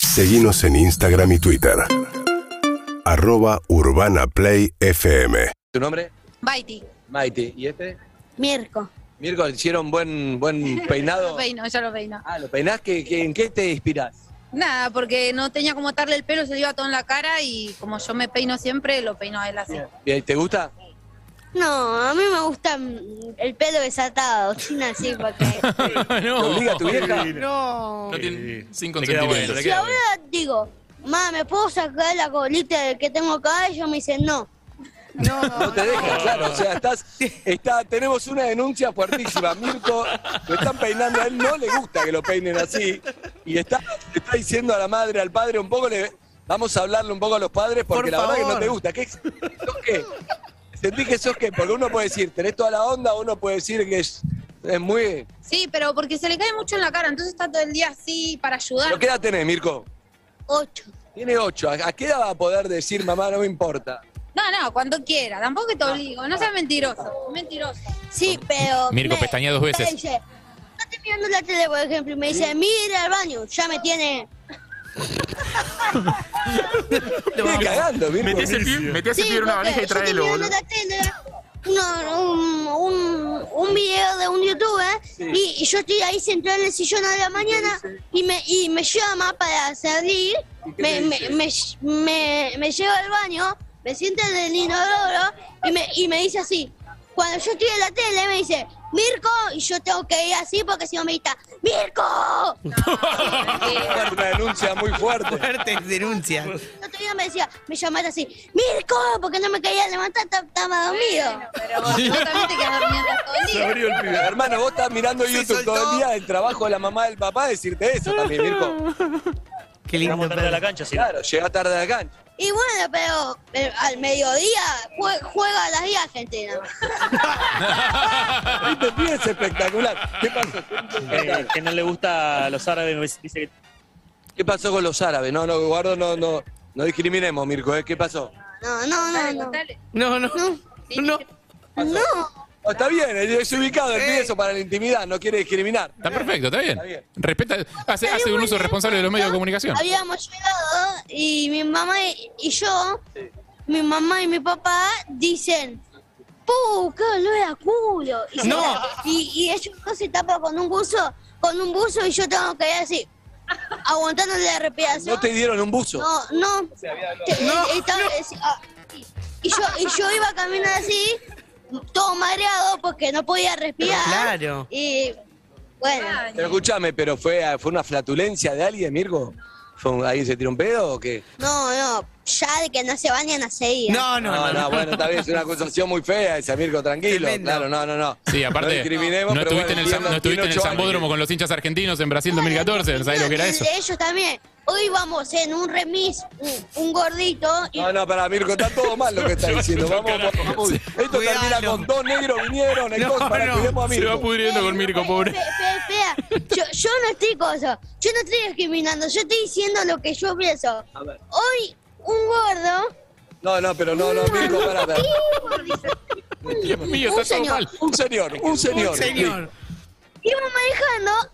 Seguimos en Instagram y Twitter. Arroba Urbana Play FM. ¿Tu nombre? Baiti, Maite. ¿Y este? Mirko. Mirko, hicieron buen, buen Lo peinado. peino, yo lo peino. Ah, ¿lo peinás? ¿Qué, qué- en qué te inspirás? Nada, porque no tenía como atarle el pelo, se le iba todo en la cara y como yo me peino siempre, lo peino a él así. Bien, ¿Te gusta? No, a mí me gusta mm, el pelo desatado, sin así, porque... ¿Te obliga tu vieja? No. No tiene Sí. sin Le queda bueno, consentimiento. le Si queda ahora bueno. digo, ma, ¿me puedo sacar la colita que tengo acá? Ellos me dicen no. No, No te deja, claro. O sea, estás, está, tenemos una denuncia fuertísima. Mirko, lo están peinando, a él no le gusta que lo peinen así. Y está, le está diciendo a la madre, al padre, un poco le. Vamos a hablarle un poco a los padres porque Por la verdad que no favor. te gusta. ¿Qué, ¿Sos qué? Sentí que sos qué, porque uno puede decir, tenés toda la onda, uno puede decir que es, es muy. Sí, pero porque se le cae mucho en la cara, entonces está todo el día así para ayudar. ¿Pero qué edad tenés, Mirko? Ocho. Tiene ocho. ¿A, a qué edad va a poder decir, mamá, no me importa? No, no, cuando quiera, tampoco que te obligo, no seas mentiroso, mentiroso. Sí, pero... Mm. Mirko, me- pestañea dos me veces. dice, "No estoy mirando la tele, por ejemplo, y me dice, mira al baño, ya me tiene... Estoy cagando, Mirko. Metés el pie, metés el Sí, pie en una porque valija y yo estoy tráelo, mirando boludo. la tele, una- un, un, un video de un youtuber, y, y yo estoy ahí sentada en el sillón a la mañana, y me, y me llama para salir, me, me, me, me- me lleva al baño, me sienta en el inodoro, y me, y me dice así, cuando yo estoy en la tele, me dice, Mirko, y yo tengo que ir así, porque si no me grita, ¡Mirko! Eh, Es una denuncia muy fuerte. Fuerte denuncia. El otro día me decía, me llamaba así, ¡Mirko! porque no me caía levantar? ta- Estaba dormido. Bueno, pero vos, vos también te quedas durmiendo todo el día. Hermano, vos estás mirando Se YouTube soltó. todo el día, el trabajo de la mamá del papá, decirte eso también, Mirko. Qué lindo. Vamos a la cancha, Ah. si no. Claro, llega tarde a la cancha. Y bueno, pero eh, al mediodía jue- juega a las 10 Argentina. Este pibe es espectacular. ¿Qué pasó? Eh, que no le gusta a los árabes, dice que ¿Qué pasó con los árabes? No, no, guardo, no, no, no discriminemos, Mirko, ¿eh? ¿qué pasó? No, no, no, Dale, no. contale. No, no. No. No, No, está bien, él es ubicado, el pibe eso para la intimidad, no quiere discriminar. Está perfecto, está bien. Está bien. Respeta, hace, hace un uso responsable de los medios de comunicación. habíamos llegado y mi mamá y, y yo, mi mamá y mi papá dicen, ¡Puh, qué olor a culo! Y, se- No. y, y ellos dos se tapan con un buzo, con un buzo y yo tengo que ir así, aguantando la respiración. No te dieron un buzo. No, no. Te- eh, estaba- eh, sí, ah, y- y, yo, y yo iba caminando así, todo mareado porque no podía respirar. Claro. Y bueno, Ay, Pero escúchame, pero fue, ah, fue una flatulencia de alguien, Mirko. ¿Fue un- ¿Alguien se tiró un pedo o qué? no, no, ya de que no se bañan hace días. No, no, no. no. bueno, está bien, es una acusación muy fea esa, Mirko, tranquilo. Tremendo. Claro, no, no, no. Sí, No aparte, discriminemos, no pero estuviste bueno, en el, entiendo, no estuviste en el tiene ocho Zambódromo años. con los hinchas argentinos en Brasil 2014, ¿sabes lo que era eso? De ellos también. Hoy vamos en un remis, un, un gordito. Y, No, no, pará, Mirko, está todo mal lo que está diciendo. Vamos, vamos. Esto Cuidalo. termina con dos negros vinieron, el No, coso, para no, que cuidemos a Se va Mirko. pudriendo con Mirko, Eh, pobre. fe- fe- fea. Yo, yo no estoy cosa, yo no estoy discriminando, yo estoy diciendo lo que yo pienso. A ver. Hoy un gordo No, no, pero no, no, Mirko, pará, pará. Dios mío, Un está todo señor. mal. Un señor, un señor. Un señor. iba manejando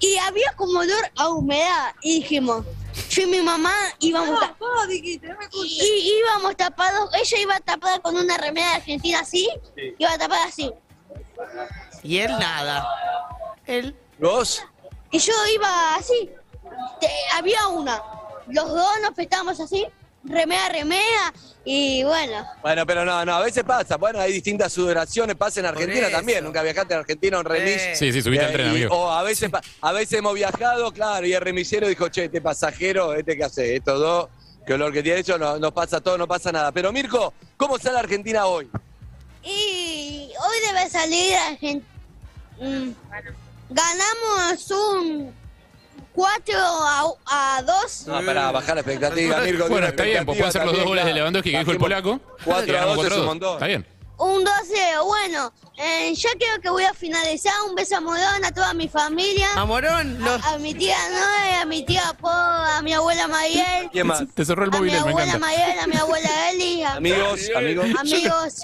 y había como olor a humedad. Y dijimos, yo y mi mamá Ah. íbamos, ta- vos dijiste, no me y, escuches. y íbamos tapados, ella iba tapada con una remera de argentina así, iba tapada así. Y él nada. Él. ¿Vos? Y yo iba así. Te- había una. Los dos nos petábamos así, remera, remera, y bueno. Bueno, pero no, no, a veces pasa. Bueno, hay distintas sudoraciones, pasa en Argentina eso. también. Nunca viajaste en Argentina a un remis. Eh. Sí, sí, subiste al Eh, tren, y- amigo. O a veces, pa- a veces hemos viajado, claro, y el remisero dijo, che, este pasajero, este que hace, estos dos, que olor que tiene eso, no, no pasa todo, no pasa nada. Pero Mirko, ¿cómo está la Argentina hoy? Y hoy debe salir Argentina. Ganamos un 4 a, a 2. No, pará, bajar la expectativa, Mirko. Bueno, tiene está bien, pues pueden ser los dos expectativa goles de también, Lewandowski que dijo el Bajemos polaco. Cuatro Y a ganamos dos es un cuatro a dos. montón. Está bien. Un 12, bueno, eh, ya creo que voy a finalizar. Un beso a Morón, a toda mi familia, Amorón, los. a, a mi tía Noé, a mi tía Po, a mi abuela Mariel, ¿Quién más? Te cerró el a mi móvil, él, me abuela encanta. Mariel, a mi abuela Eli, a Amigos, amigos. amigos,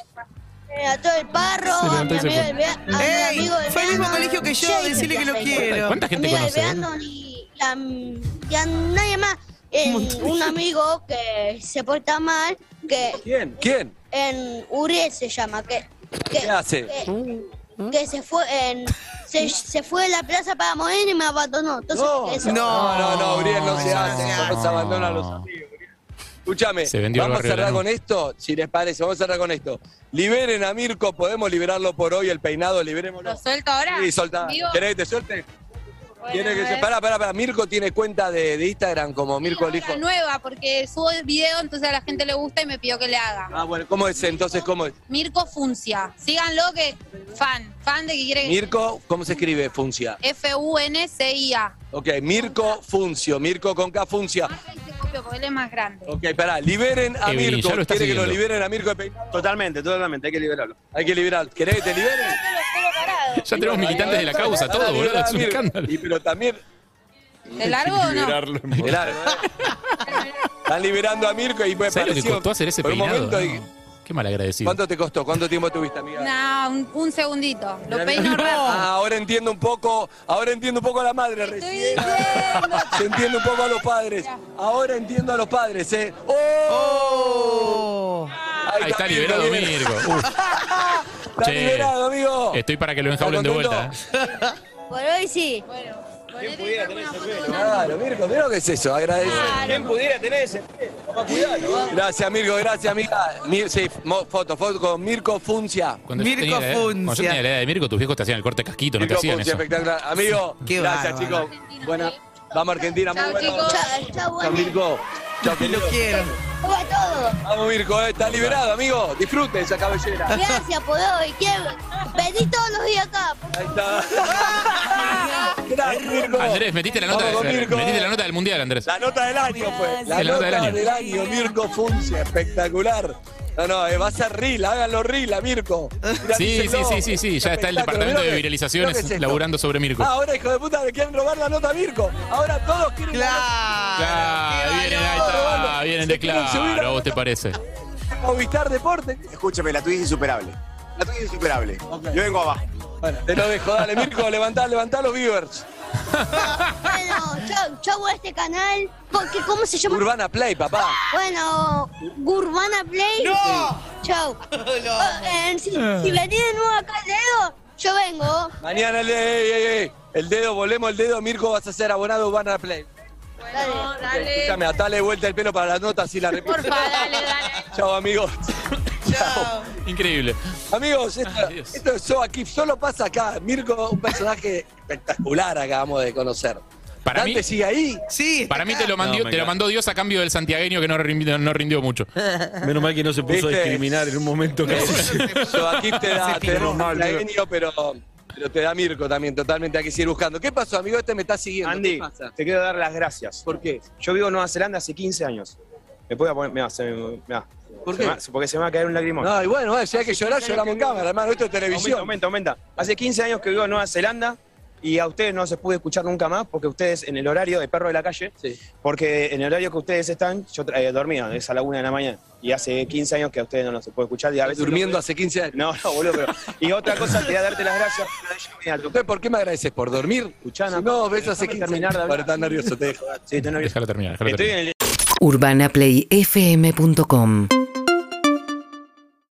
eh, a todo el parro, Se a levantó mi y se amigo fue. el Bea- a mi ¡Ey! ah, amigo el Fue el mismo Beano, colegio que yo, Jason, decirle que lo Jason. quiero. ¿Cuánta gente Amigo del conoce? eh? Beano y la, mm, y a nadie más. En un amigo que se porta mal, que ¿Quién? ¿Quién? en Uriel se llama, que, que, ¿Qué hace? que, que se fue en, se, se fue de la plaza para morir y me abandonó. Entonces, No. eso. No, no, no, Uriel, no se No, hace. no. No se abandona a los amigos. Uriel. Escúchame, Se vendió el vamos a barrio de cerrar Lanús. con esto, si les parece, vamos a cerrar con esto. Liberen a Mirko, podemos liberarlo por hoy, el peinado, liberémoslo. ¿Lo suelto ahora? Sí, soltá. Digo, ¿Querés que te suelte? bueno, Tiene que a ser. ver. Pará, pará, pará. Mirko tiene cuenta de, de Instagram como Mirko el Ahora hijo. nueva, porque subo el video, entonces a la gente le gusta y me pidió que le haga. Ah, bueno, ¿cómo es entonces? ¿Cómo es? Mirko Funcia. Síganlo que fan, fan de que quiere que Mirko, ¿cómo se escribe Funcia? F-U-N-C-I-A. Ok, Mirko Funcio, Mirko con K Funcia. Marca y se copio porque él es más grande. Ok, pará, liberen a Evelyn, Mirko. ya ¿Quiere lo está que lo siguiendo. liberen a Mirko de peinado? Totalmente, totalmente, hay que liberarlo. Hay que liberar. ¿Querés que te liberen? Ya tenemos militantes de la causa, todo, boludo. Es un escándalo. Y pero también. ¿Te largo o no? Claro, Están liberando a Mirko y pues ¿Sabes lo que pareció- costó hacer ese por un peinado? momento y- No, Qué mal agradecido. ¿Cuánto te costó? ¿Cuánto tiempo tuviste, amiga? No, un, un segundito. Lo Mirá, peino mirá. rápido. Ah, ahora entiendo un poco, ahora entiendo un poco a la madre Estoy recién. diciendo. Se entiende un poco a los padres. Ahora entiendo a los padres, ¿eh? ¡Oh! Ahí está liberado Mirko. Uf, Está Che. liberado, amigo. estoy para que lo ¿Está enjaulen de contento? vuelta. ¿eh? Por hoy sí. Bueno, ponete alguna foto de una- Claro, Mirko, mirá lo que es eso, agradece. ¿Quién pudiera tener ese? Gracias, Mirko, gracias, amiga. Mir- sí, mo- foto, foto con Mirko Funcia. Cuando Mirko yo tenía la edad- cuando yo Funcia. tenía la edad de Mirco, tus viejos te hacían el corte casquito, no te Mirko hacían Funcia, eso. espectacular. Amigo, Qué gracias, bárbaro. chicos. Buena. Vamos, Argentina, muy Chao, bueno. chicos. Chao, chao, Chao, bueno. Mirko. Chao, Lo querido. quiero. Fue todo. Vamos, Mirko, eh, está liberado, amigo. Disfrute esa cabellera. Gracias por hoy. Quiero, vení todos los días acá. Ahí está. Crack, Mirko. Andrés, metiste la nota, Vamos con de- Mirko. metiste la nota del mundial, Andrés. La nota del año fue. La, Sí, nota, del, año. Mirko Funcia, espectacular. No, no, eh, va a ser reel, háganlo reel a Mirko. Mirá, Sí, sí, díselo. sí, sí, sí. Ya está el Espectáculo. Mirá departamento de que- mirá viralizaciones que es laburando sobre Mirko. esto. Ah, ahora, hijo de puta, le quieren robar la nota a Mirko. Ahora todos quieren Claro. Claro, qué vienen, Ah, ahí valor. está, vienen de Se quieren subir a claro, la ¿a vos te nota. parece. Movistar Deporte. Escúchame, la tuya es insuperable. La tuya es insuperable. Ok. Yo vengo abajo. Bueno, te lo dejo, dale, Mirko, levantá, levantá los viewers. Bueno, chau, chau a este canal. Porque, ¿cómo se llama? Urbana Play, papá. Bueno, Urbana Play. No. Chau. Lo Oh, eh, si, si venís de nuevo acá al dedo, yo vengo. Mañana, el, ey, ey, ey, el dedo, volvemos el dedo, Mirko, vas a ser abonado a Urbana Play. Bueno, dale. Escúchame, atale de vuelta el pelo para las notas y la repito. Porfa, dale, dale. Chao, amigos. Chao. Increíble. Amigos, esto, Adiós. esto es So aquí, solo pasa acá. Mirko, un personaje espectacular acabamos de conocer. Para Dante mí- sigue ahí. Sí. Para mí te lo, mandió- te lo mandó Dios a cambio del santiagueño que no rindió, no rindió mucho. Menos mal que no se puso a ¿Viste? discriminar en un momento casi. So aquí te da, Se te da tiró mal, un genio, pero, pero te da Mirko también, totalmente. Hay que seguir buscando. ¿Qué pasó, amigo? Este me está siguiendo. ¿Qué Andy, pasa? te quiero dar las gracias. ¿Por qué? Yo vivo en Nueva Zelanda hace 15 años. Me voy a poner. Mirá, se me, mirá. ¿Por Se qué? me va- porque se me va a caer un lagrimón. No, y bueno, bueno, si hay que llorar, lloramos en cámara, hermano. Esto es aumenta, televisión. aumenta, aumenta. Hace 15 años que vivo en Nueva Zelanda y a ustedes no se pude escuchar nunca más porque ustedes en el horario de perro de la calle, Sí. porque en el horario que ustedes están, yo tra- eh, dormía, es a la una de la mañana. Y hace 15 años que a ustedes no los se puede escuchar. Y a veces Durmiendo lo- hace 15 años. No, no, boludo, pero. Y otra cosa, quería darte las gracias. por ayudarme a tu- ¿Usted por qué me agradeces? ¿Por dormir? Escuchá, si no, ves hace 15 déjame terminar años. de hablar. Ahora estás nervioso, te dejo. Sí, estoy nervioso. Déjalo terminar, déjalo Estoy terminar. en el urbanaplayfm.com